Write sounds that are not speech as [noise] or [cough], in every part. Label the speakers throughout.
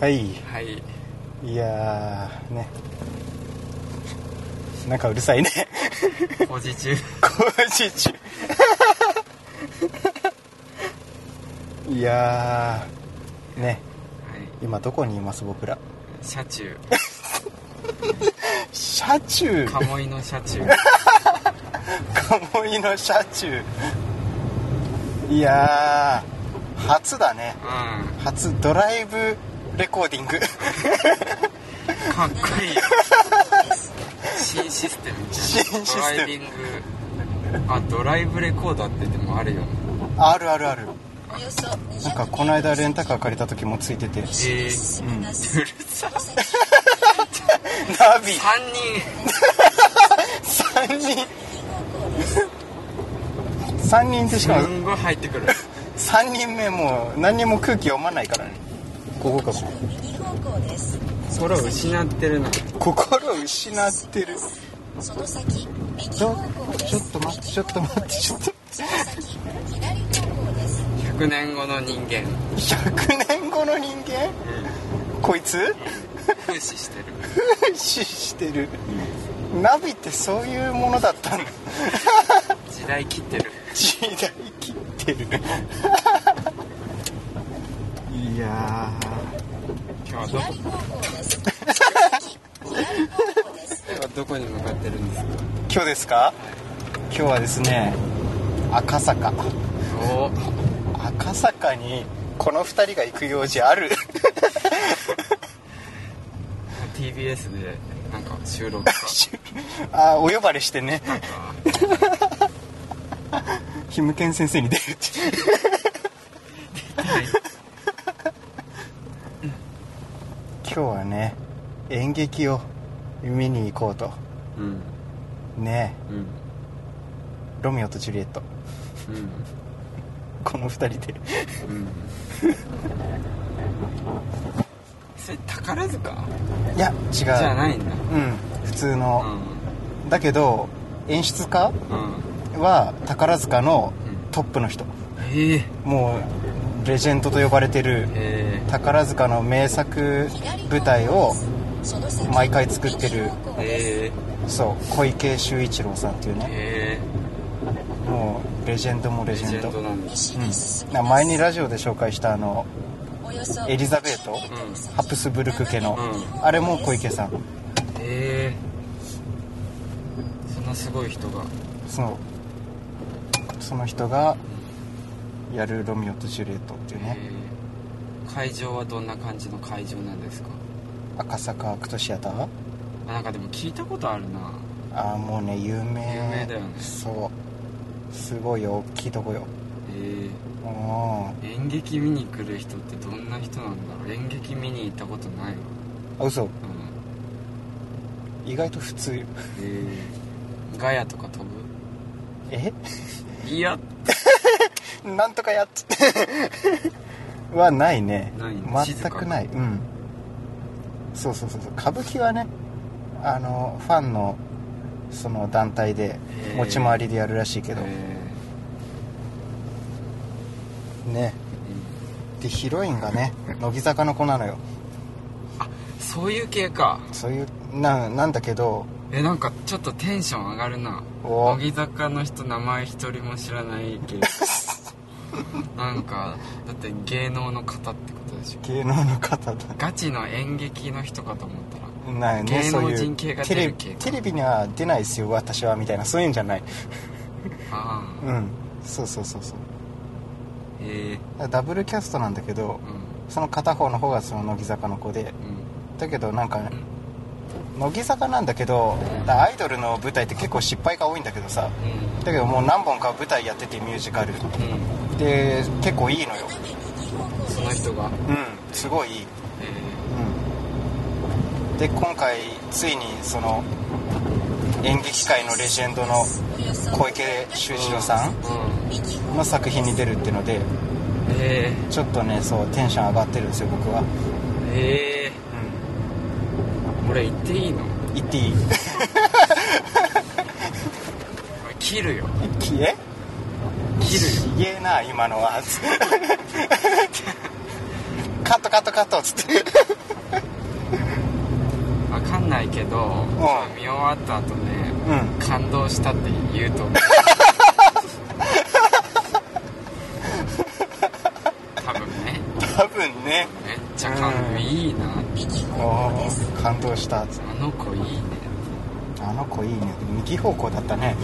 Speaker 1: はい
Speaker 2: はい
Speaker 1: いやーねなんかうるさいね [laughs]
Speaker 2: 工事中
Speaker 1: 工事中 [laughs] いやーね
Speaker 2: はい
Speaker 1: 今どこにいます僕ら
Speaker 2: 車中
Speaker 1: 車中
Speaker 2: 鴨居の車中
Speaker 1: 鴨居の車中いやー初だね
Speaker 2: う
Speaker 1: 初ドライブレコーディング [laughs]
Speaker 2: んかっこいいよ新システムみたいな
Speaker 1: 新システム
Speaker 2: ドライビングあドライブレコーダーって言ってもあるよね
Speaker 1: あるあるある
Speaker 3: およそ200
Speaker 1: なんかこの間レンタカー借りた時もついててナ
Speaker 2: えー、
Speaker 3: 進みます
Speaker 2: うるさ
Speaker 1: ビ
Speaker 2: 3人
Speaker 1: 3人3人でしか
Speaker 2: す
Speaker 1: も
Speaker 2: んごい入ってくる [laughs]
Speaker 1: 3人目もう何にも空気読まないからねここかも
Speaker 3: 右方向です
Speaker 2: 心を失ってるな
Speaker 1: 心を失ってる
Speaker 3: その先右
Speaker 1: ち
Speaker 3: 方
Speaker 1: ょ
Speaker 3: 向です
Speaker 1: ちょっと待ってちょっと待ってちょっと
Speaker 3: その先左方向です
Speaker 2: 100年後の人間
Speaker 1: 100年後の人間こいつ
Speaker 2: 風刺してる
Speaker 1: 風刺してるナビってそういうものだったの
Speaker 2: 時代切ってる
Speaker 1: 時代切ってるいや
Speaker 2: 今日はどこ
Speaker 3: 左方向です左方向です
Speaker 2: 今日はどこに向かってるんですか
Speaker 1: ー今日ですか今日はですね赤坂
Speaker 2: お
Speaker 1: 赤坂にこの2人が行く用事ある
Speaker 2: TBS でなんか収録か
Speaker 1: あーお呼ばれしてねひむけん先生に出るって今日はね演劇を見に行こうと
Speaker 2: うん
Speaker 1: ね
Speaker 2: うん
Speaker 1: えロミオとジュリエット
Speaker 2: うん
Speaker 1: この2人で
Speaker 2: うんそれ宝塚
Speaker 1: いや違う
Speaker 2: じゃないんだ
Speaker 1: うん普通
Speaker 2: う
Speaker 1: の、
Speaker 2: ん
Speaker 1: だけど演出家
Speaker 2: うん
Speaker 1: は宝塚のトップの人
Speaker 2: ええ
Speaker 1: もうレジェンドと呼ばれてる
Speaker 2: え
Speaker 1: 宝塚の名作舞台を
Speaker 3: その先
Speaker 1: 毎回作ってる
Speaker 2: ええ
Speaker 1: そう小池秀一郎さんっていうね
Speaker 2: え
Speaker 1: もうレジェンドもレ
Speaker 2: レ
Speaker 1: ジ
Speaker 2: ジ
Speaker 1: ェン
Speaker 2: ェンド
Speaker 1: ド
Speaker 2: なんです
Speaker 3: 西に進み
Speaker 1: な
Speaker 3: ます
Speaker 1: 前にラジオで紹介したあの
Speaker 3: およそ
Speaker 1: エリザベート
Speaker 3: うん
Speaker 1: ハプスブルク家の
Speaker 2: う
Speaker 1: あれも小池さん
Speaker 2: ええそんなすごい人が
Speaker 1: そのその人がやる「ロミオとジュリエット」っていうね
Speaker 2: えー会場はどんな感じの会場なんですか
Speaker 1: 赤坂アクトシアター
Speaker 2: あなんかでも聞いたことあるな
Speaker 1: ああもうね有名
Speaker 2: 有名だよね
Speaker 1: そうすごいよ大きいとこよ
Speaker 2: え
Speaker 1: うん
Speaker 2: ー、演劇見に来る人ってどんな人なんだろう演劇見に行ったことないわ
Speaker 1: あ嘘
Speaker 2: うん
Speaker 1: 意外と普通よ
Speaker 2: えー、ガヤとか飛
Speaker 1: え [laughs]
Speaker 2: ぶいや
Speaker 1: なんとかやっつって [laughs] はないね
Speaker 2: ない
Speaker 1: 全くないうんそうそうそうそう歌舞伎はねあのファンのその団体で
Speaker 2: へー
Speaker 1: 持ち回りでやるらしいけど、
Speaker 2: え
Speaker 1: ね
Speaker 2: ーうん
Speaker 1: でヒロインがね乃木坂の子なのよ
Speaker 2: そういう系か
Speaker 1: そういうななんだけど
Speaker 2: えなんかちょっとテンション上がるな
Speaker 1: お
Speaker 2: 乃木坂の人名前一人も知らない
Speaker 1: [laughs]
Speaker 2: けどなんかだって芸能の方ってことでしょ
Speaker 1: 芸能の方だ
Speaker 2: ガチの演劇の人かと思ったら
Speaker 1: ないね
Speaker 2: 芸能
Speaker 1: そうい
Speaker 2: 人
Speaker 1: う
Speaker 2: 系が
Speaker 1: テレ
Speaker 2: 出る
Speaker 1: ビ
Speaker 2: 系か
Speaker 1: テレビには出ないですよ私はみたいなそういうんじゃない
Speaker 2: ああ
Speaker 1: うんそうそうそうそう
Speaker 2: え
Speaker 1: だからダブルキャストなんだけど
Speaker 2: えう
Speaker 1: その片方の方がその乃木坂の子で
Speaker 2: んうん
Speaker 1: だけどなんか乃木坂なんだけどだアイドルの舞台って結構失敗が多いんだけどさ
Speaker 2: う
Speaker 1: だけどもう何本か舞台やっててミュージカル
Speaker 2: んうん
Speaker 1: で結構いいのよ
Speaker 2: その人が
Speaker 1: うんすごいいい、
Speaker 2: え
Speaker 1: うん、で今回ついにその演劇界のレジェンドの小池秀一郎さ
Speaker 2: えうん
Speaker 1: んの作品に出るっていうので
Speaker 2: え
Speaker 1: ちょっとねそうテンション上がってるんですよ僕は、
Speaker 2: えええ俺行っていいの
Speaker 1: うん、言っていい
Speaker 2: 俺切るよ
Speaker 1: 消え
Speaker 2: 切るよ
Speaker 1: [laughs] ちげえな今のはカットカットカットっつって
Speaker 2: わかんないけど、見終わった後ね、
Speaker 1: う
Speaker 2: 感動したって言うと思う多分ね
Speaker 1: 多分ね
Speaker 2: めっちゃ感動いいな
Speaker 3: 右方向
Speaker 1: お
Speaker 3: です
Speaker 1: ー感動したっつって
Speaker 2: あの子いいね
Speaker 1: あの子いいね右方向だったね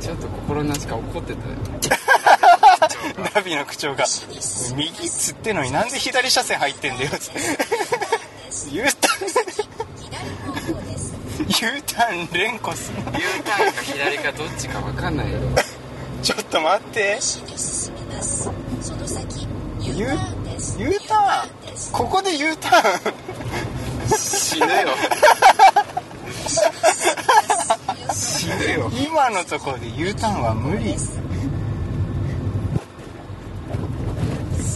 Speaker 2: ちょっと心なしか怒ってたよ
Speaker 1: ナビの口調が右っつってのになんで左車線入ってんだよっつって U タ
Speaker 3: 左方向です
Speaker 1: ーン U ターン連呼する
Speaker 2: U ターンか左かどっちか分かんないよ
Speaker 1: ちょっと待って
Speaker 3: 西に進みますその先 U タ
Speaker 1: U,
Speaker 3: ーンです
Speaker 1: ーターンここで U ターン
Speaker 2: 死ぬよ死ぬよ
Speaker 1: 今のところで U ターンは無理す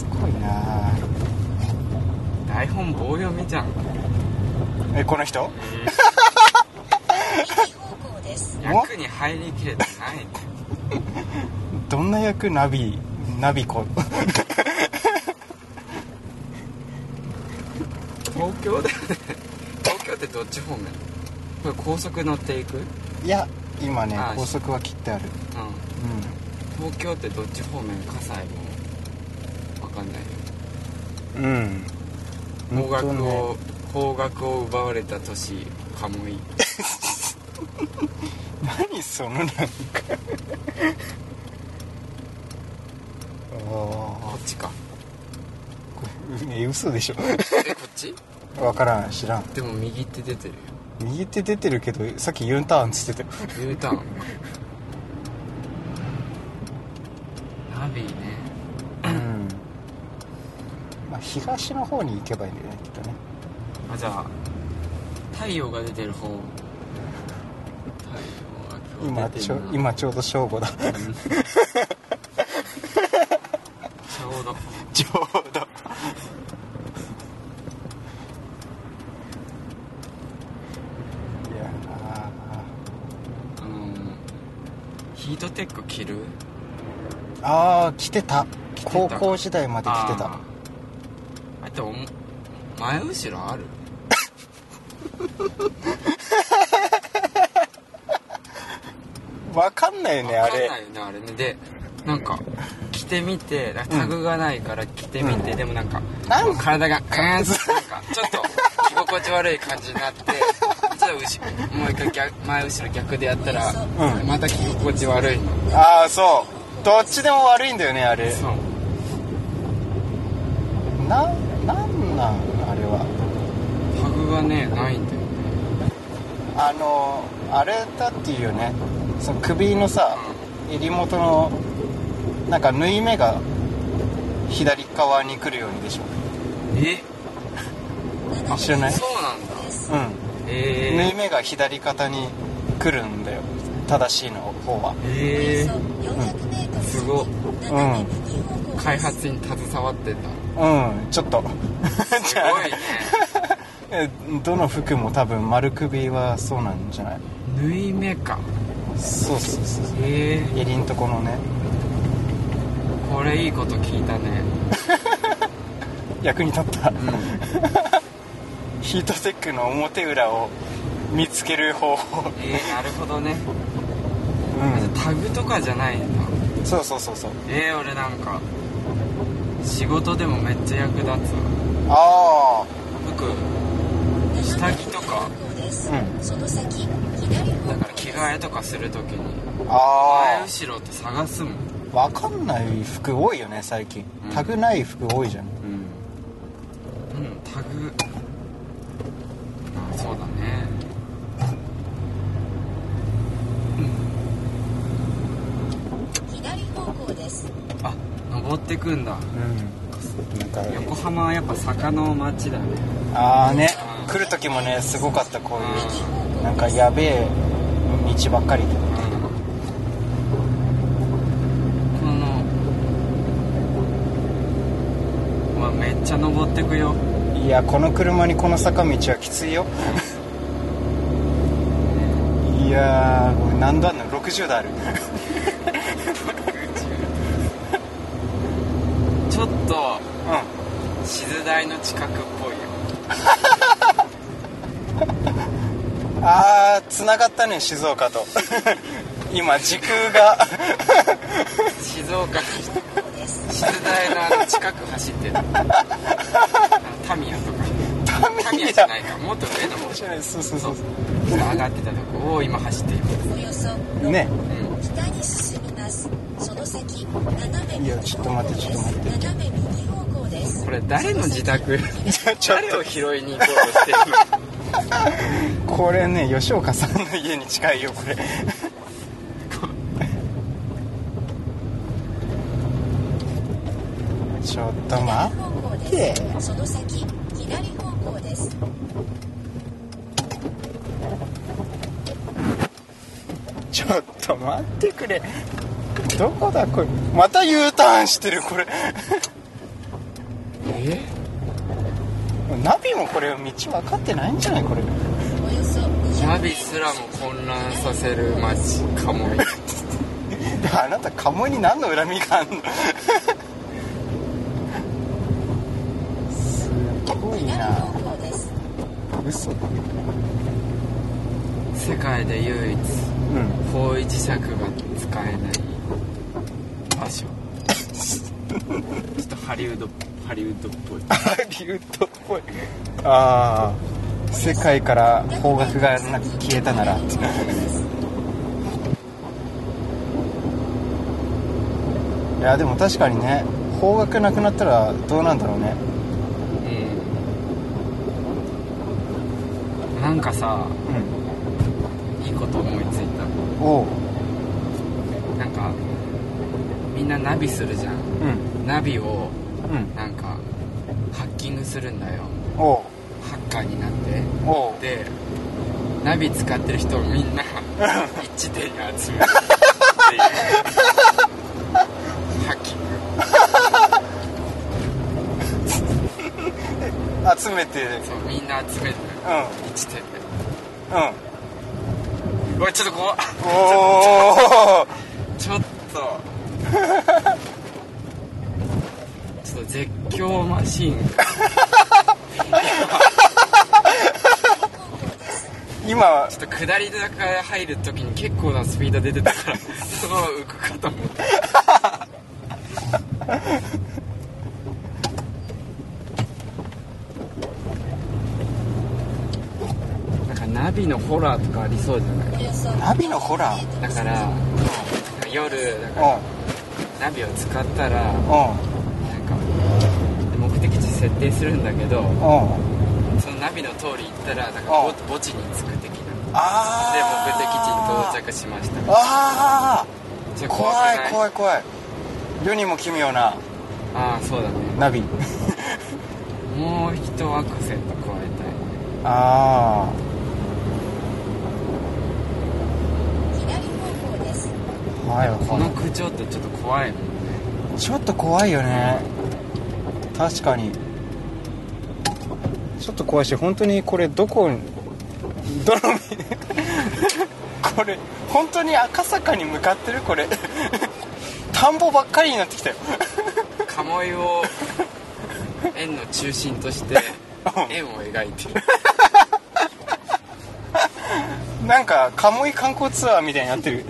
Speaker 1: ごいな
Speaker 2: 台本棒読みじゃん
Speaker 1: えこの人
Speaker 3: 右方向です
Speaker 2: 役に入りきれてないね
Speaker 1: どんな役ナビナビ子 [laughs]
Speaker 2: 東京だよね東京ってどっち方面これ高速乗っていくうん
Speaker 1: いや今ね
Speaker 2: あ
Speaker 1: 高速は切ってある
Speaker 2: 東京ってどっち方面葛西も分かんないよ
Speaker 1: うんうん
Speaker 2: 方角
Speaker 1: うんとね
Speaker 2: を方角を奪われた都市カモイ
Speaker 1: 何そのなんか [laughs]
Speaker 2: こ
Speaker 1: あ
Speaker 2: っちか
Speaker 1: あえ嘘でしょ
Speaker 2: えこっち
Speaker 1: わからん知らん
Speaker 2: でも右って出てる
Speaker 1: 右って出てるけどさっき U ターンっつってたよ
Speaker 2: U ターンナビね
Speaker 1: うんまあ東の方に行けばいいんだよねきっとね
Speaker 2: あじゃあ太陽が出てる方太陽が
Speaker 1: 今
Speaker 2: 今日出て
Speaker 1: ち
Speaker 2: る
Speaker 1: ょ
Speaker 2: な
Speaker 1: 今ちょうど正午だ
Speaker 2: [laughs] ちょうど
Speaker 1: ちょうどいや
Speaker 2: あのヒートテック着る
Speaker 1: ーあー来てた
Speaker 2: てた
Speaker 1: 高校時代まで来て
Speaker 2: あ
Speaker 1: た
Speaker 2: ーあとおも前後ろある
Speaker 1: わかんないよねあ
Speaker 2: わかん
Speaker 1: れ
Speaker 2: ないよねあれねでなんか着てみてなんかタグがないから着てみて、でもなんか
Speaker 1: なんか
Speaker 2: 体がうーんってなんかちょっと着心地悪い感じになってちょっと後ろもう一回逆前後ろ逆でやったら、
Speaker 1: うん
Speaker 2: また着心地悪いの
Speaker 1: ああそうどっちでも悪いんだよねあれ
Speaker 2: そう
Speaker 1: ななんなんあれは
Speaker 2: タグがねないんだよね
Speaker 1: あのあれだっていうよねその首のさ襟元のなんか縫い目が左側に来るようにでしょ
Speaker 2: えあ
Speaker 1: 知らない
Speaker 2: そうなんだ
Speaker 1: うん
Speaker 2: え
Speaker 1: 縫
Speaker 2: ー
Speaker 1: い目が左肩に来るんだよ正しいの方は
Speaker 2: えー
Speaker 3: 400m
Speaker 2: すごっ
Speaker 3: 斜め右方向です
Speaker 2: 開発に携わってた
Speaker 1: うんちょっと [laughs]
Speaker 2: す
Speaker 1: じゃあ
Speaker 2: ごいね
Speaker 1: えどの服も多分丸首はそうなんじゃない
Speaker 2: 縫い目か
Speaker 1: そうそうそう
Speaker 2: ええ
Speaker 1: 襟んとこのね
Speaker 2: これいいこと聞いたね
Speaker 1: 役に立った
Speaker 2: うん
Speaker 1: [laughs] ヒートテックの表裏を見つける方法
Speaker 2: えー、なるほどね
Speaker 1: う
Speaker 2: タグとかじゃないんだ
Speaker 1: んそうそうそうそう
Speaker 2: えー、俺なんか仕事でもめっちゃ役立つわ
Speaker 1: あ
Speaker 2: 服下着とか
Speaker 3: 方向です
Speaker 1: あうん
Speaker 3: その先左方
Speaker 2: だ
Speaker 3: 向
Speaker 2: から着替えとかするときに前
Speaker 1: あ
Speaker 2: 後ろって探すもん、
Speaker 1: あわかんない服多いよね最近
Speaker 2: うん
Speaker 1: タグない服多いじゃん
Speaker 2: うん、タグあそうだね
Speaker 3: 左方向です
Speaker 2: あ登ってくんだ
Speaker 1: うんなんか
Speaker 2: 横浜はやっぱ坂の街だね
Speaker 1: ああね来る時もねすごかったこう
Speaker 2: う
Speaker 1: いうなんかやべえ道ばっかりで
Speaker 2: んこのうわめっちゃ登ってくよ
Speaker 1: いやこの車にこの坂道はきついよいやーこれ何度あんの60度ある
Speaker 2: ちちょっと
Speaker 1: う
Speaker 2: 静大の近くっぽいよ
Speaker 1: んああつながったね静岡と [laughs] 今時空が
Speaker 2: 静岡の人
Speaker 3: そうです
Speaker 2: 静大のあの近く走ってるあのタミヤとか
Speaker 1: タ
Speaker 2: タミ
Speaker 1: ミ
Speaker 2: ヤ
Speaker 1: ヤ
Speaker 2: じ
Speaker 1: [laughs]
Speaker 2: ゃないかもっと上のもんちょっ
Speaker 1: そうそうそうそ
Speaker 2: と上がってたとこを今走ってる
Speaker 3: およそ
Speaker 1: うね
Speaker 2: うん
Speaker 3: 北に進みますその先斜め
Speaker 1: いやちょっと待ってちょっと待
Speaker 3: って斜め右方向です
Speaker 2: これ誰の自宅
Speaker 1: ちょっ
Speaker 2: 誰を拾いに行こうとしてるの
Speaker 1: とこれね吉岡さんの家に近いよこれ [laughs] ちょっと待って
Speaker 3: 左方向ですその先左方向です
Speaker 1: ちょっと待ってくれどこだこれまた U ターンしてるこれ
Speaker 2: え
Speaker 1: ナビもこれ道分かってないんじゃないこれ
Speaker 3: およそ
Speaker 2: ナ
Speaker 3: 200
Speaker 2: ビすらも混乱させる街かもみたい
Speaker 1: であなたカモに何の恨みがあんのすごい
Speaker 3: 左
Speaker 1: な
Speaker 3: 方向です
Speaker 1: 嘘うん
Speaker 2: な世界で唯一方位磁石が使えない場所ちょっとハリウッドハリウッドっぽい
Speaker 1: ハリウッドっぽいああ世界から方角がな消えたなら
Speaker 3: 左方向です
Speaker 1: いやでも確かにね方角なくなったらどうなんだろうね
Speaker 2: うんなんかさ
Speaker 1: う
Speaker 2: いいこと思いつい
Speaker 1: んおう
Speaker 2: たなんかみんなナビするじゃん
Speaker 1: うん
Speaker 2: ナビを
Speaker 1: うん
Speaker 2: なんかハッキングするんだよ
Speaker 1: おう
Speaker 2: ハッカーになって
Speaker 1: おう
Speaker 2: でナビ使ってる人をみんな一致点に集めるっていうハッキング
Speaker 1: 集めて
Speaker 2: そうみんな集める
Speaker 1: うんうん
Speaker 2: 一致点でうわちょっとこう
Speaker 1: おお
Speaker 2: ちょっとちょっと絶叫マシン
Speaker 1: 今
Speaker 2: ちょっと下り坂入る時に結構なスピード出てた
Speaker 1: [laughs]
Speaker 2: からそのまま浮くかと思ったなんかナビのホラーとかありそうじゃない
Speaker 3: およそ
Speaker 1: ナビのホラー
Speaker 2: だから夜なん
Speaker 1: う
Speaker 2: か
Speaker 1: ん
Speaker 2: ナビを使ったらなんか
Speaker 1: う
Speaker 2: 目的地設定するんだけど
Speaker 1: んうん
Speaker 2: そのナビの通り行ったらなんか
Speaker 1: あ
Speaker 2: ぼ墓地に着く的な
Speaker 1: あ
Speaker 2: で
Speaker 1: あ
Speaker 2: 目的地に到着しました
Speaker 1: あ
Speaker 2: ち
Speaker 1: あ
Speaker 2: ょっと
Speaker 1: 怖
Speaker 2: くない
Speaker 1: 怖い怖い世にも奇妙な
Speaker 2: ああそうだね
Speaker 1: ナビ
Speaker 2: もう一アクセント加えたい
Speaker 1: [laughs] あ
Speaker 3: 左方向です
Speaker 1: あはい
Speaker 2: こ
Speaker 1: は
Speaker 2: の口調ってちょっと怖いもん
Speaker 1: いちょっと怖いよね確かにちょっと怖いし本当にこれどこにどのみ [laughs] これ本当に赤坂に向かってるこれ [laughs] 田んぼばっかりになってきたよ
Speaker 2: 鴨居を円の中心として円を描いてる
Speaker 1: なんか鴨居観光ツアーみたいになってる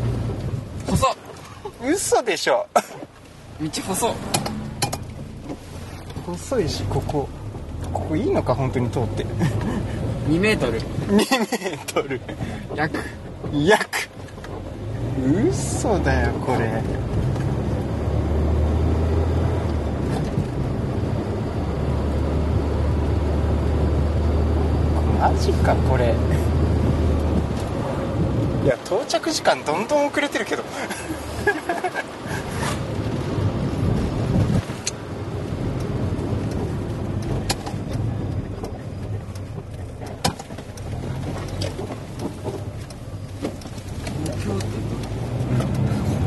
Speaker 1: [laughs]
Speaker 2: 細っ
Speaker 1: 嘘でし [laughs] ょ
Speaker 2: 道細っ
Speaker 1: 細いしここここいいのか本当に通って [laughs]
Speaker 2: 2メートル
Speaker 1: 2メートル
Speaker 2: 約
Speaker 1: 約嘘だよこれマジかこれいや到着時間どんどん遅れてるけど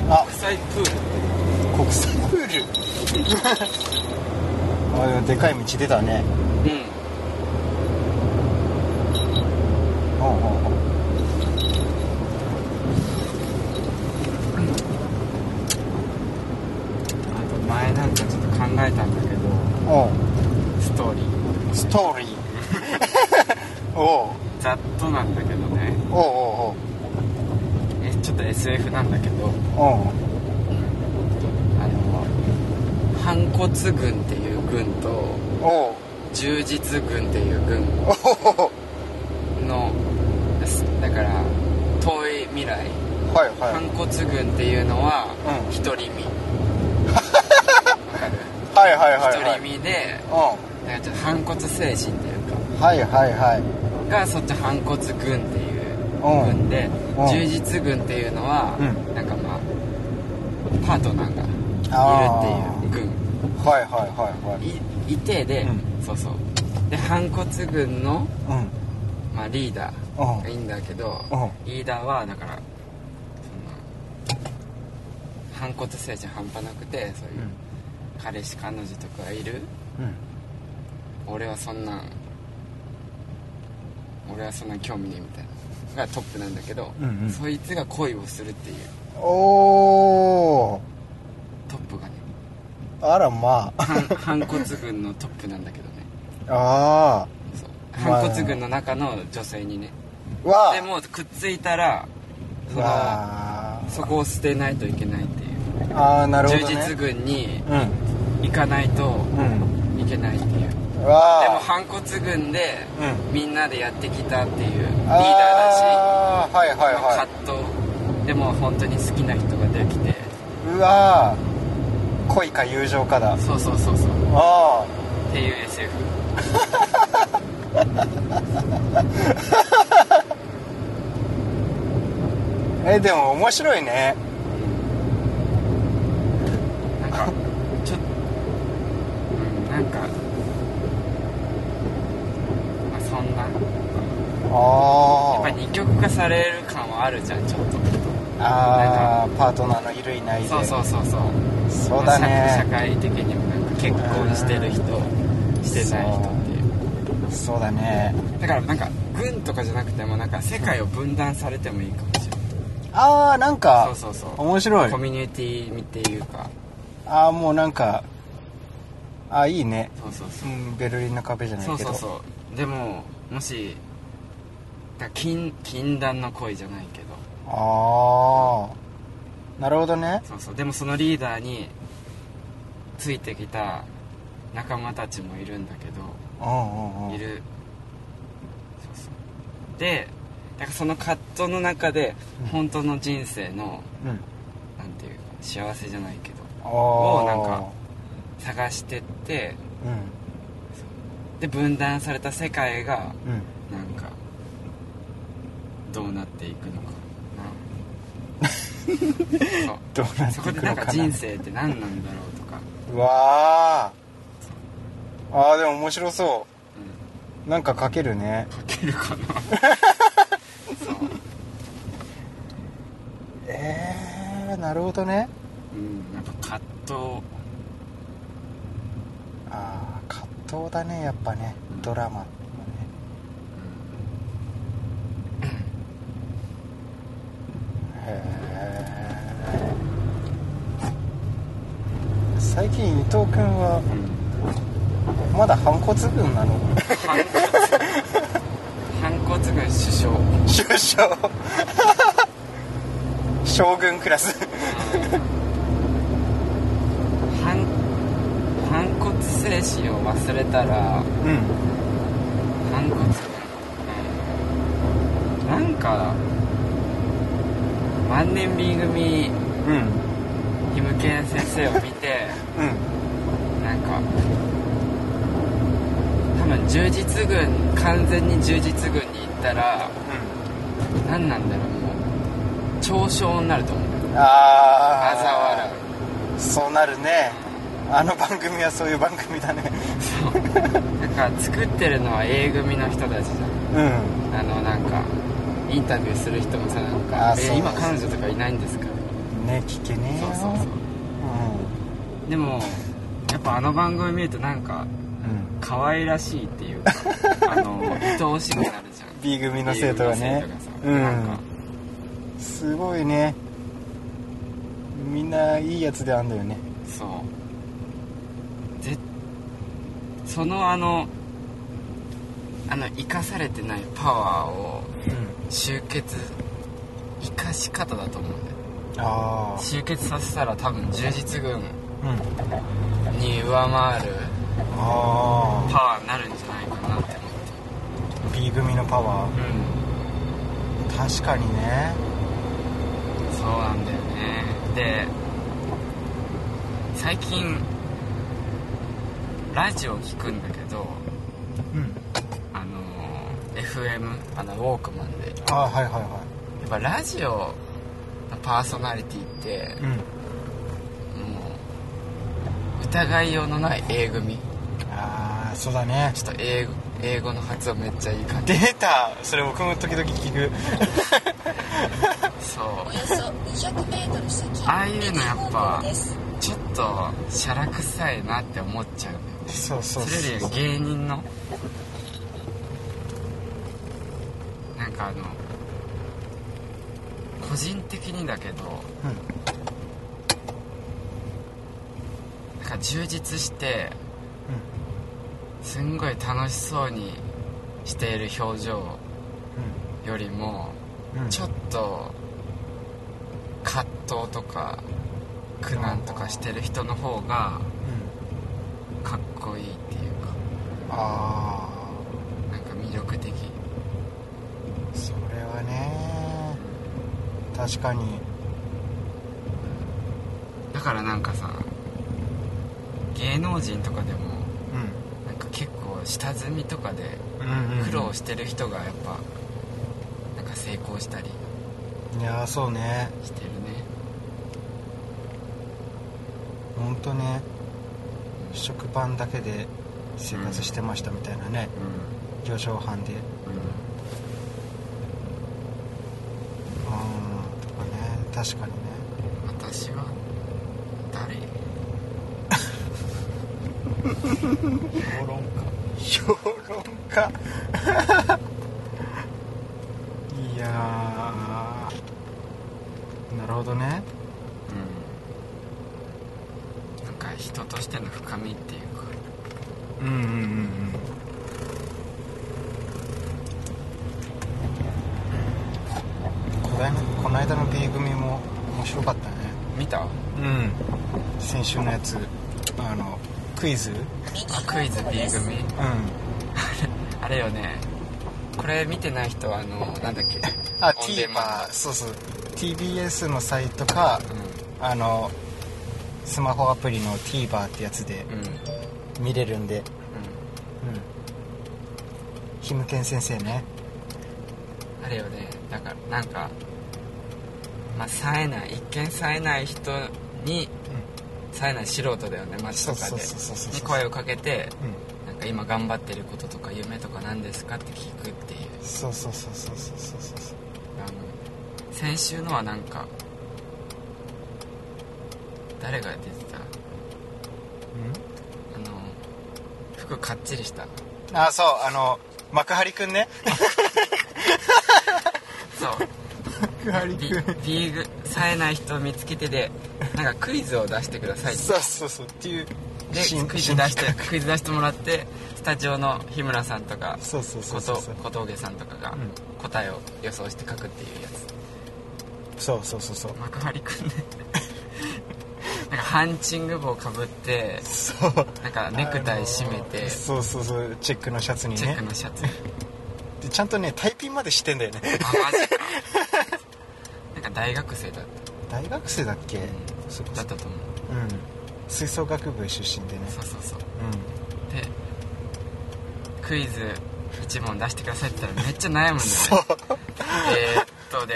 Speaker 1: あ
Speaker 2: 国際プール
Speaker 1: 国際プール [laughs] あでもでかい道出たね
Speaker 2: うん
Speaker 1: うんうんうん
Speaker 2: 前なんかちょっと考えたんだけど
Speaker 1: おう
Speaker 2: ストーリー
Speaker 1: ストーリー [laughs] おう
Speaker 2: ざっとなんだけどね
Speaker 1: おうおう
Speaker 2: えちょっと SF なんだけど
Speaker 1: おうおう
Speaker 2: あの反骨軍っていう軍と
Speaker 1: おう
Speaker 2: 充実軍っていう軍
Speaker 1: おうおう
Speaker 2: のですだから遠い未来
Speaker 1: はいは
Speaker 2: 反骨軍っていうのは
Speaker 1: うん
Speaker 2: 独り身
Speaker 1: いはいはいはいはい
Speaker 2: 独り身で
Speaker 1: う
Speaker 2: なんかちょっと反骨精神っていうか
Speaker 1: んはいはいはい
Speaker 2: がそっち反骨軍っていう軍で
Speaker 1: うん
Speaker 2: 充実軍っていうのは
Speaker 1: う
Speaker 2: なんかまあパートナーが
Speaker 1: あ
Speaker 2: いるっていう
Speaker 1: はいはいはいはい
Speaker 2: 軍いいてで
Speaker 1: う
Speaker 2: そうそうで反骨軍の
Speaker 1: うん
Speaker 2: まあリーダーがいいんだけど
Speaker 1: う
Speaker 2: リーダーはだからその反骨精神半端なくてそういう彼氏彼女とかいる
Speaker 1: うん
Speaker 2: 俺はそんなん俺はそんなん興味ねえみたいながトップなんだけど、
Speaker 1: うんうん
Speaker 2: そいつが恋をするっていう
Speaker 1: おお
Speaker 2: トッ
Speaker 1: [laughs]
Speaker 2: プがね
Speaker 1: あらまあ
Speaker 2: 反反骨軍のトップなんだけどね
Speaker 1: あ
Speaker 2: そう
Speaker 1: まあ
Speaker 2: 反骨軍の中の女性にね
Speaker 1: あわ
Speaker 2: でもうくっついたらその
Speaker 1: わ
Speaker 2: そこを捨てないといけないっていう、
Speaker 1: ああなるほ
Speaker 2: 充
Speaker 1: ど
Speaker 2: 実
Speaker 1: ね
Speaker 2: 軍に
Speaker 1: うん
Speaker 2: 行かないと
Speaker 1: うん
Speaker 2: いけないっていうでも
Speaker 1: わあ
Speaker 2: 反骨軍で
Speaker 1: でもうん
Speaker 2: みんなでやってきたっていうリーダーだし
Speaker 1: あーはいはいは
Speaker 2: 葛藤でも本当に好きな人ができて
Speaker 1: いうわー恋か友情かだあ
Speaker 2: そうそうそうそう
Speaker 1: あ
Speaker 2: っていう SF
Speaker 1: えでも面白いね
Speaker 2: な
Speaker 1: [laughs]
Speaker 2: んかちょっとうんなんかまあそんなやっ
Speaker 1: あ
Speaker 2: ぱ
Speaker 1: ー
Speaker 2: り二極化される感はあるじゃんちょっと
Speaker 1: あーパートナーのいるいないで
Speaker 2: そうそうそうそう
Speaker 1: そうだ
Speaker 2: まあ社社
Speaker 1: ね
Speaker 2: 会的にもなんか結婚してる人してない人っていう
Speaker 1: そうだね
Speaker 2: だからなんか軍とかじゃなくてもなんか世界を分断されてもいいかもしれない
Speaker 1: ああなんか
Speaker 2: そうそうそう
Speaker 1: 面白い
Speaker 2: コミュニティっていうか
Speaker 1: ああもうなんかああいいね
Speaker 2: そうそうそう
Speaker 1: うんベルリンの壁じゃないけ
Speaker 2: そ
Speaker 1: ど
Speaker 2: うそうそうでももしだ禁禁断の恋じゃないけど
Speaker 1: ああなるほどね
Speaker 2: そうそうでもそのリーダーについてきた仲間たちもいるんだけ
Speaker 1: うんうんう
Speaker 2: どい
Speaker 1: ん
Speaker 2: るそうそうでだからその葛藤の中で本当の人生
Speaker 1: う
Speaker 2: の
Speaker 1: ん
Speaker 2: なんていうか幸せじゃないけど
Speaker 1: ああ
Speaker 2: をなんか探してってで分断された世界が
Speaker 1: うんうん
Speaker 2: なんかどうなっていくのかなそ
Speaker 1: ど
Speaker 2: う
Speaker 1: うなって
Speaker 2: そ
Speaker 1: い
Speaker 2: こで
Speaker 1: く
Speaker 2: な
Speaker 1: のか
Speaker 2: んか
Speaker 1: な
Speaker 2: 人生って何なんだろうとか、
Speaker 1: うわあああでも面白そ
Speaker 2: うん
Speaker 1: うなんか書けるね
Speaker 2: 書けるかなそう、
Speaker 1: [laughs] えー、なるほどね
Speaker 2: うん、なんか葛藤
Speaker 1: ああ葛藤だねやっぱねドラマへえ最近伊藤君は
Speaker 2: うん、うん、
Speaker 1: まだ反骨軍な [laughs] の
Speaker 2: 反骨反骨軍首相、う
Speaker 1: 首相将軍クラス
Speaker 2: ん反反骨精神を忘れたら
Speaker 1: うん
Speaker 2: 反骨うんなんか万年 B 組
Speaker 1: うん
Speaker 2: 義務系先生を見て
Speaker 1: うん
Speaker 2: なんか多分充実軍完全に充実軍に行ったら何なんだろうもう嘲笑になると思う
Speaker 1: ああ
Speaker 2: あざ笑
Speaker 1: そうなるねあの番組はそういう番組だね
Speaker 2: うなんか作ってるのは A 組の人たちじ
Speaker 1: うん
Speaker 2: ゃんあのなんかインタビューする人もさなん
Speaker 1: あ
Speaker 2: か「
Speaker 1: そう
Speaker 2: え今彼女とかいないんですか?」
Speaker 1: ね聞けねえ
Speaker 2: そ
Speaker 1: よ
Speaker 2: うそうそうでもやっぱあの番組見るとなんか
Speaker 1: うん、うん、
Speaker 2: 可愛らしいっていう
Speaker 1: [laughs]
Speaker 2: かあの愛おしくなるじゃん
Speaker 1: B 組の生徒がね
Speaker 2: B 組の生徒がさ
Speaker 1: うん
Speaker 2: なんか
Speaker 1: すごいねみんないいやつであんだよね
Speaker 2: そうそのあのあの生かされてないパワーを集結生かし方だと思うんだよ
Speaker 1: あ
Speaker 2: 集結させたら多分充実
Speaker 1: あ
Speaker 2: 軍
Speaker 1: うん
Speaker 2: に上回る
Speaker 1: あ
Speaker 2: パワーになるんじゃないかなって思って
Speaker 1: あ B 組のパワー
Speaker 2: うん
Speaker 1: 確かにね
Speaker 2: そうなんだよねで最近ラジオ聞くんだけど
Speaker 1: うん
Speaker 2: あの FM あのウォークマンでや
Speaker 1: ああはいはいは
Speaker 2: っぱラジオのパーソナリティって
Speaker 1: いうん
Speaker 2: もう疑いようのない A 組
Speaker 1: ああそうだね
Speaker 2: ちょっと英語英語の発音めっちゃいい感じ
Speaker 1: 出たそれ僕も時々聞く
Speaker 2: そう
Speaker 3: およそ200メートル先
Speaker 2: ああいうのやっぱ
Speaker 3: 右方向です
Speaker 2: ちょっとシャラ臭いなって思っちゃうんだよね
Speaker 1: そうそう
Speaker 2: それより芸人のなんかあの個人的にだけど
Speaker 1: うん
Speaker 2: なんか充実してすんごい楽しそうにしている表情よりも
Speaker 1: うんうん
Speaker 2: ちょっと葛藤とか苦難とかしてる人の方が
Speaker 1: うん
Speaker 2: かっこいいっていうか
Speaker 1: あ
Speaker 2: なんか魅力的
Speaker 1: あそれはね確かに
Speaker 2: だからなんかさ芸能人とかでも
Speaker 1: う
Speaker 2: なんか結構下積みとかで
Speaker 1: んうん
Speaker 2: 苦労してる人がやっぱなんか成功したり
Speaker 1: いやーそうね
Speaker 2: してるね
Speaker 1: ほんとね食パンだけで生活してましたみたいなね
Speaker 2: う
Speaker 1: 魚醤飯で
Speaker 2: んう
Speaker 1: うん
Speaker 2: ん
Speaker 1: とかね確かにね
Speaker 2: 私は誰
Speaker 1: 評論家評論家いやーなるほどね
Speaker 2: うんなんか人としての深みっていうか
Speaker 1: うんうんうんうんこないこの間の B 組も面白かったね
Speaker 2: 見た
Speaker 1: うん先週のやつあのクイズうん
Speaker 3: 右
Speaker 2: あクイズ
Speaker 3: 方向
Speaker 2: B
Speaker 3: です
Speaker 2: 組あれよねこれ見てない人はあのなんだ [laughs] っけ
Speaker 1: あ
Speaker 2: オンデ
Speaker 1: TVer
Speaker 2: マン
Speaker 1: そうそう TBS のサイトか
Speaker 2: ド
Speaker 1: あのスマホアプリの TVer ってやつで
Speaker 2: うんうん
Speaker 1: 見れるんでうんひむけん先生ね
Speaker 2: うんあれよねだからなんかまあ冴えない一見冴えない人に冴えない素人だよね街
Speaker 1: そ
Speaker 2: と
Speaker 1: う
Speaker 2: か
Speaker 1: そう
Speaker 2: で
Speaker 1: そうそうそう
Speaker 2: に
Speaker 1: そう
Speaker 2: 声をかけて
Speaker 1: うん
Speaker 2: なんか今頑張ってることとか夢とか何ですかって聞くっていう
Speaker 1: そうそうそうそうそうそうそう
Speaker 2: あの先週のはなんか誰が出てた
Speaker 1: う
Speaker 2: あの服かっちりした
Speaker 1: んあそうあの幕張くんね
Speaker 2: そう
Speaker 1: 幕 [laughs] 張
Speaker 2: ビビーグ冴えない人を見つけてでなんかクイズを出してください
Speaker 1: そうそうそうっていう
Speaker 2: で
Speaker 1: 新
Speaker 2: クイズ出し
Speaker 1: 新
Speaker 2: てクイズ出してもらってスタジオの日村さんとか
Speaker 1: そうそうそ
Speaker 2: 小
Speaker 1: うそうそう
Speaker 2: 峠さんとかが
Speaker 1: うん
Speaker 2: 答えを予想して書くっていうやつ
Speaker 1: そうそうそうそう
Speaker 2: 幕張くんね [laughs] なんかハンチング帽かぶって
Speaker 1: そう
Speaker 2: なんかネクタイ締めて
Speaker 1: あのーそうそうそうチェックのシャツに
Speaker 2: チェッ
Speaker 1: ね
Speaker 2: クのシャツ
Speaker 1: でちゃんとねタイピンまでしてんだよね
Speaker 2: あマジかなんか大学生だっ
Speaker 1: 大学生だっけ、
Speaker 2: た
Speaker 1: そこ
Speaker 2: だ
Speaker 1: そ
Speaker 2: っ
Speaker 1: こ
Speaker 2: たと思う
Speaker 1: うん吹奏楽部出身でね
Speaker 2: そうそうそう
Speaker 1: う
Speaker 2: でクイズ1問出してくださいって言ったらめっちゃ悩むんだよね
Speaker 1: んそう
Speaker 2: えーっとで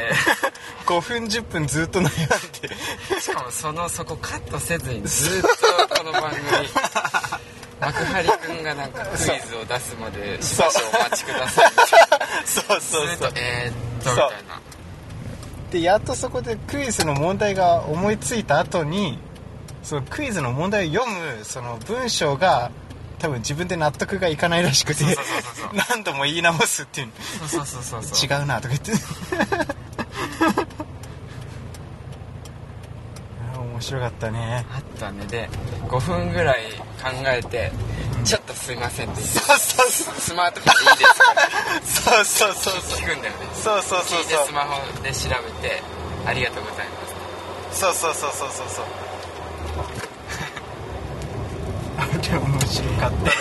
Speaker 1: 5分10分ずっと悩ん
Speaker 2: [laughs]
Speaker 1: で
Speaker 2: しかもそのそこカットせずにずっとこの番組幕張くんがなんかクイズを出すまで少々お待ちください
Speaker 1: そうそう
Speaker 2: ずっ
Speaker 1: そ
Speaker 2: と
Speaker 1: う
Speaker 2: えーっと
Speaker 1: そう
Speaker 2: みたいな
Speaker 1: でやっとそこでクイズの問題が思いついた後にそのクイズの問題を読むその文章が多分自分で納得がいかないらしくて
Speaker 2: そうそうそうそう
Speaker 1: [laughs] 何度も言い直すっていう
Speaker 2: そうそうそうそうそう
Speaker 1: 違うなとか言ってあー面白かったね
Speaker 2: あったねで5分ぐらい考えてちょっとすいませんって
Speaker 1: そうそうそう
Speaker 2: スマートフォンでいいですか
Speaker 1: そうそうそう
Speaker 2: って聞くんだよね
Speaker 1: そうそうそう
Speaker 2: 聞いてスマホで調べてありがとうございます
Speaker 1: そうそうそうそうそうそうあれ面白かった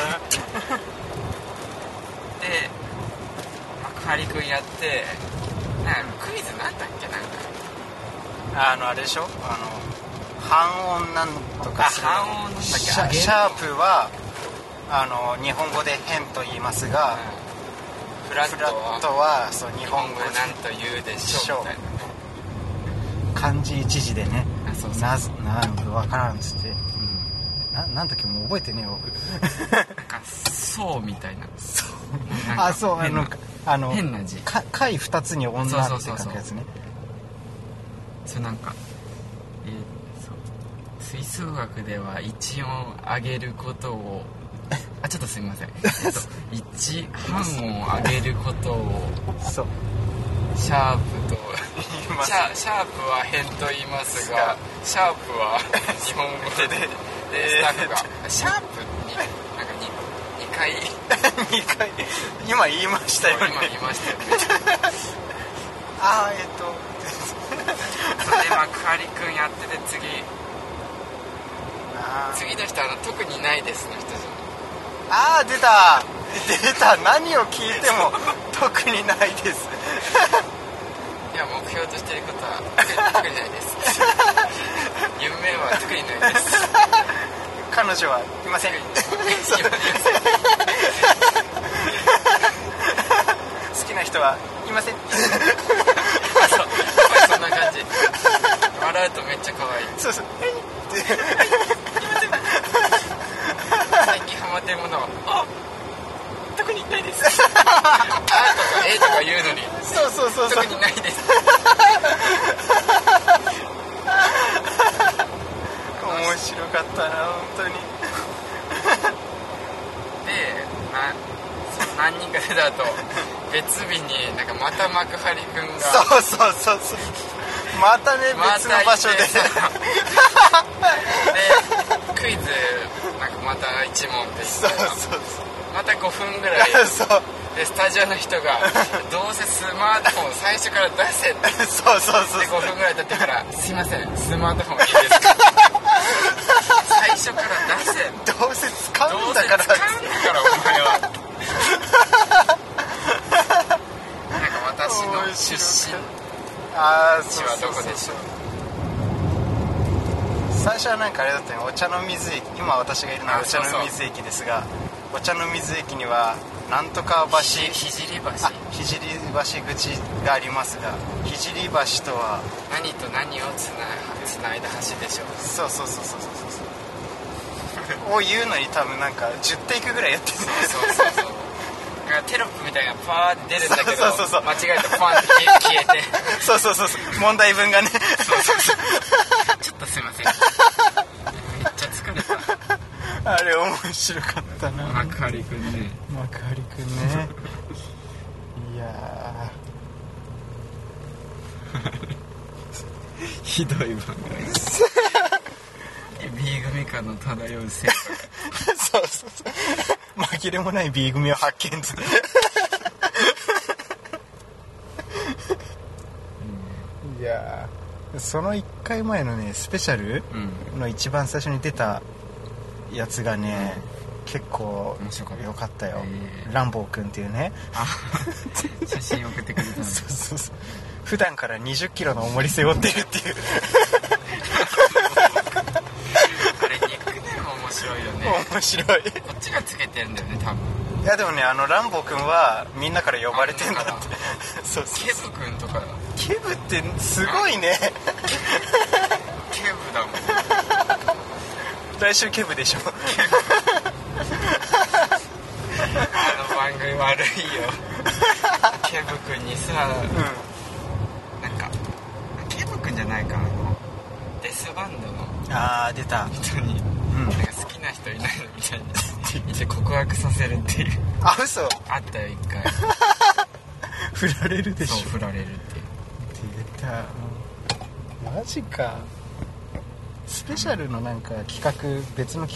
Speaker 2: で幕張くんやってなんかクイズなんだっけなんか
Speaker 1: なあのあれでしょあの半音なんとか
Speaker 2: あ
Speaker 1: するの
Speaker 2: 半音なんだっけ
Speaker 1: シ
Speaker 2: あ
Speaker 1: ャ
Speaker 2: れ
Speaker 1: シャープはあの日本語で変と言いますが、
Speaker 2: フラッ
Speaker 1: フ
Speaker 2: ト
Speaker 1: ラ
Speaker 2: は
Speaker 1: ットはそう日
Speaker 2: 日
Speaker 1: 本
Speaker 2: 本
Speaker 1: 語
Speaker 2: 語
Speaker 1: で
Speaker 2: なんと言うでしょうみたいなね
Speaker 1: 漢字一字でね
Speaker 2: あそうそう
Speaker 1: なぜなんか分からんっつって、ななんだっけもう覚えてねえよ僕
Speaker 2: なんかそうみたいなそう
Speaker 1: [laughs] あそうあのあの
Speaker 2: 変な字
Speaker 1: か貝二つに女って
Speaker 2: そう
Speaker 1: 書
Speaker 2: そうそうそう
Speaker 1: くやつね
Speaker 2: それなんか、えーそう吹奏楽では一音上げることをあちょっとすみません、えっと、一半音上げることを
Speaker 1: そう
Speaker 2: シャープと
Speaker 1: 言いま
Speaker 2: シ
Speaker 1: す
Speaker 2: ャシャープは変と言いますがシャープは日本語ででスタッフがシャープになんか 2, 回
Speaker 1: 二回今言いましたよ
Speaker 2: 今
Speaker 1: ね
Speaker 2: 言いましたよね
Speaker 1: ああえっと
Speaker 2: それでまあカリ君やってて次
Speaker 1: あー
Speaker 2: 次の人はあの特にないですの人じゃん
Speaker 1: あー出た出た何を聞いても特にないです
Speaker 2: いや目標としてるこ
Speaker 1: [laughs]
Speaker 2: とは特に特にないです夢は特にな
Speaker 1: [laughs]
Speaker 2: いです
Speaker 1: 彼女はいませんそう
Speaker 2: 今
Speaker 1: 好きな人はいません
Speaker 2: そんな感じ笑うとめっちゃ可愛い
Speaker 1: そうそう
Speaker 2: 最近ハマってるものはあ特にないですあとかえとか言うのに
Speaker 1: そうそう [laughs] そうそう
Speaker 2: 特にないです
Speaker 1: [laughs] 面白かったな本当に
Speaker 2: でなそう何人か出た後別日になんかまた幕張くんが
Speaker 1: そうそうそうそうまたね
Speaker 2: ま
Speaker 1: 別の場所で
Speaker 2: でクイズなんかまた1問でし
Speaker 1: そう
Speaker 2: た
Speaker 1: そう
Speaker 2: らまた5分ぐらい
Speaker 1: そうそう
Speaker 2: でスタジオの人が「どうせスマートフォン最初から出せ」って
Speaker 1: そうそうそう
Speaker 2: 5分ぐらい経ってから「すいませんスマートフォンいいですか?」最初から出せ
Speaker 1: どうせ使
Speaker 2: ど
Speaker 1: うん
Speaker 2: うせ
Speaker 1: だ
Speaker 2: 使
Speaker 1: から
Speaker 2: うんだからお前はなんか私の出身
Speaker 1: ああそ
Speaker 2: 地
Speaker 1: う
Speaker 2: は
Speaker 1: そ
Speaker 2: ど
Speaker 1: う
Speaker 2: こ
Speaker 1: そう
Speaker 2: でしょう
Speaker 1: 最初はなんかあれだったねお茶の水駅今私がいるのはお茶の水駅ですがお茶の水駅にはなんとか橋
Speaker 2: ひひじり橋
Speaker 1: あ聖橋口がありますが聖橋とは
Speaker 2: 何と何をつなつないだ橋でしょう
Speaker 1: そうそうそうそうそうそうを言うのに多分なんか10テイクぐらいやってる
Speaker 2: そうそうそうそうなんかテロップみたいなのがパーって出るんだけど
Speaker 1: そうそうそう
Speaker 2: 間違えてパンって消え消えて
Speaker 1: [laughs] そうそうそうそう問題文がね [laughs]
Speaker 2: ちょっとすいません。めっちゃ疲れた。
Speaker 1: あれ面白かったな
Speaker 2: 幕張くんね。
Speaker 1: 幕張くんねいや
Speaker 2: ひどい番組。B 組感の漂う性
Speaker 1: ー [laughs] そうそうそう紛れもない B 組を発見つって [laughs] いやーその1回前のねスペシャル
Speaker 2: うん。
Speaker 1: の一番最初に出たやつがね、結構
Speaker 2: 面白かった
Speaker 1: 良かったよ、
Speaker 2: え
Speaker 1: ランボーくんっていうね
Speaker 2: あ、写真送ってくれたの。
Speaker 1: そうそうそう普段から2 0キロの重り背負ってるっていう
Speaker 2: あれ、ニックネーム面白いよね。
Speaker 1: 面白い
Speaker 2: こっちがつけてるんだよね、多分。
Speaker 1: いやでもねあのランボーくんはみんなから呼ばれてんだって
Speaker 2: あみんなか
Speaker 1: [laughs] そうそう
Speaker 2: ケブくんとか、
Speaker 1: ケブってすごいね
Speaker 2: ケブだもん。
Speaker 1: 来週ケブでしょ
Speaker 2: あの番組悪いよ。ケブくんに
Speaker 1: う
Speaker 2: さ、
Speaker 1: ん
Speaker 2: なんか、ケブくんじゃないかな、あのデスバンドの。
Speaker 1: [laughs] ああ出た
Speaker 2: 人に、なんか好きな人いないのみたいに一応告白させるっていう
Speaker 1: あ嘘
Speaker 2: あったよ一回
Speaker 1: 振られるで
Speaker 2: そう振られるっていう
Speaker 1: 出たマジかスペシャルのなんか企画別の企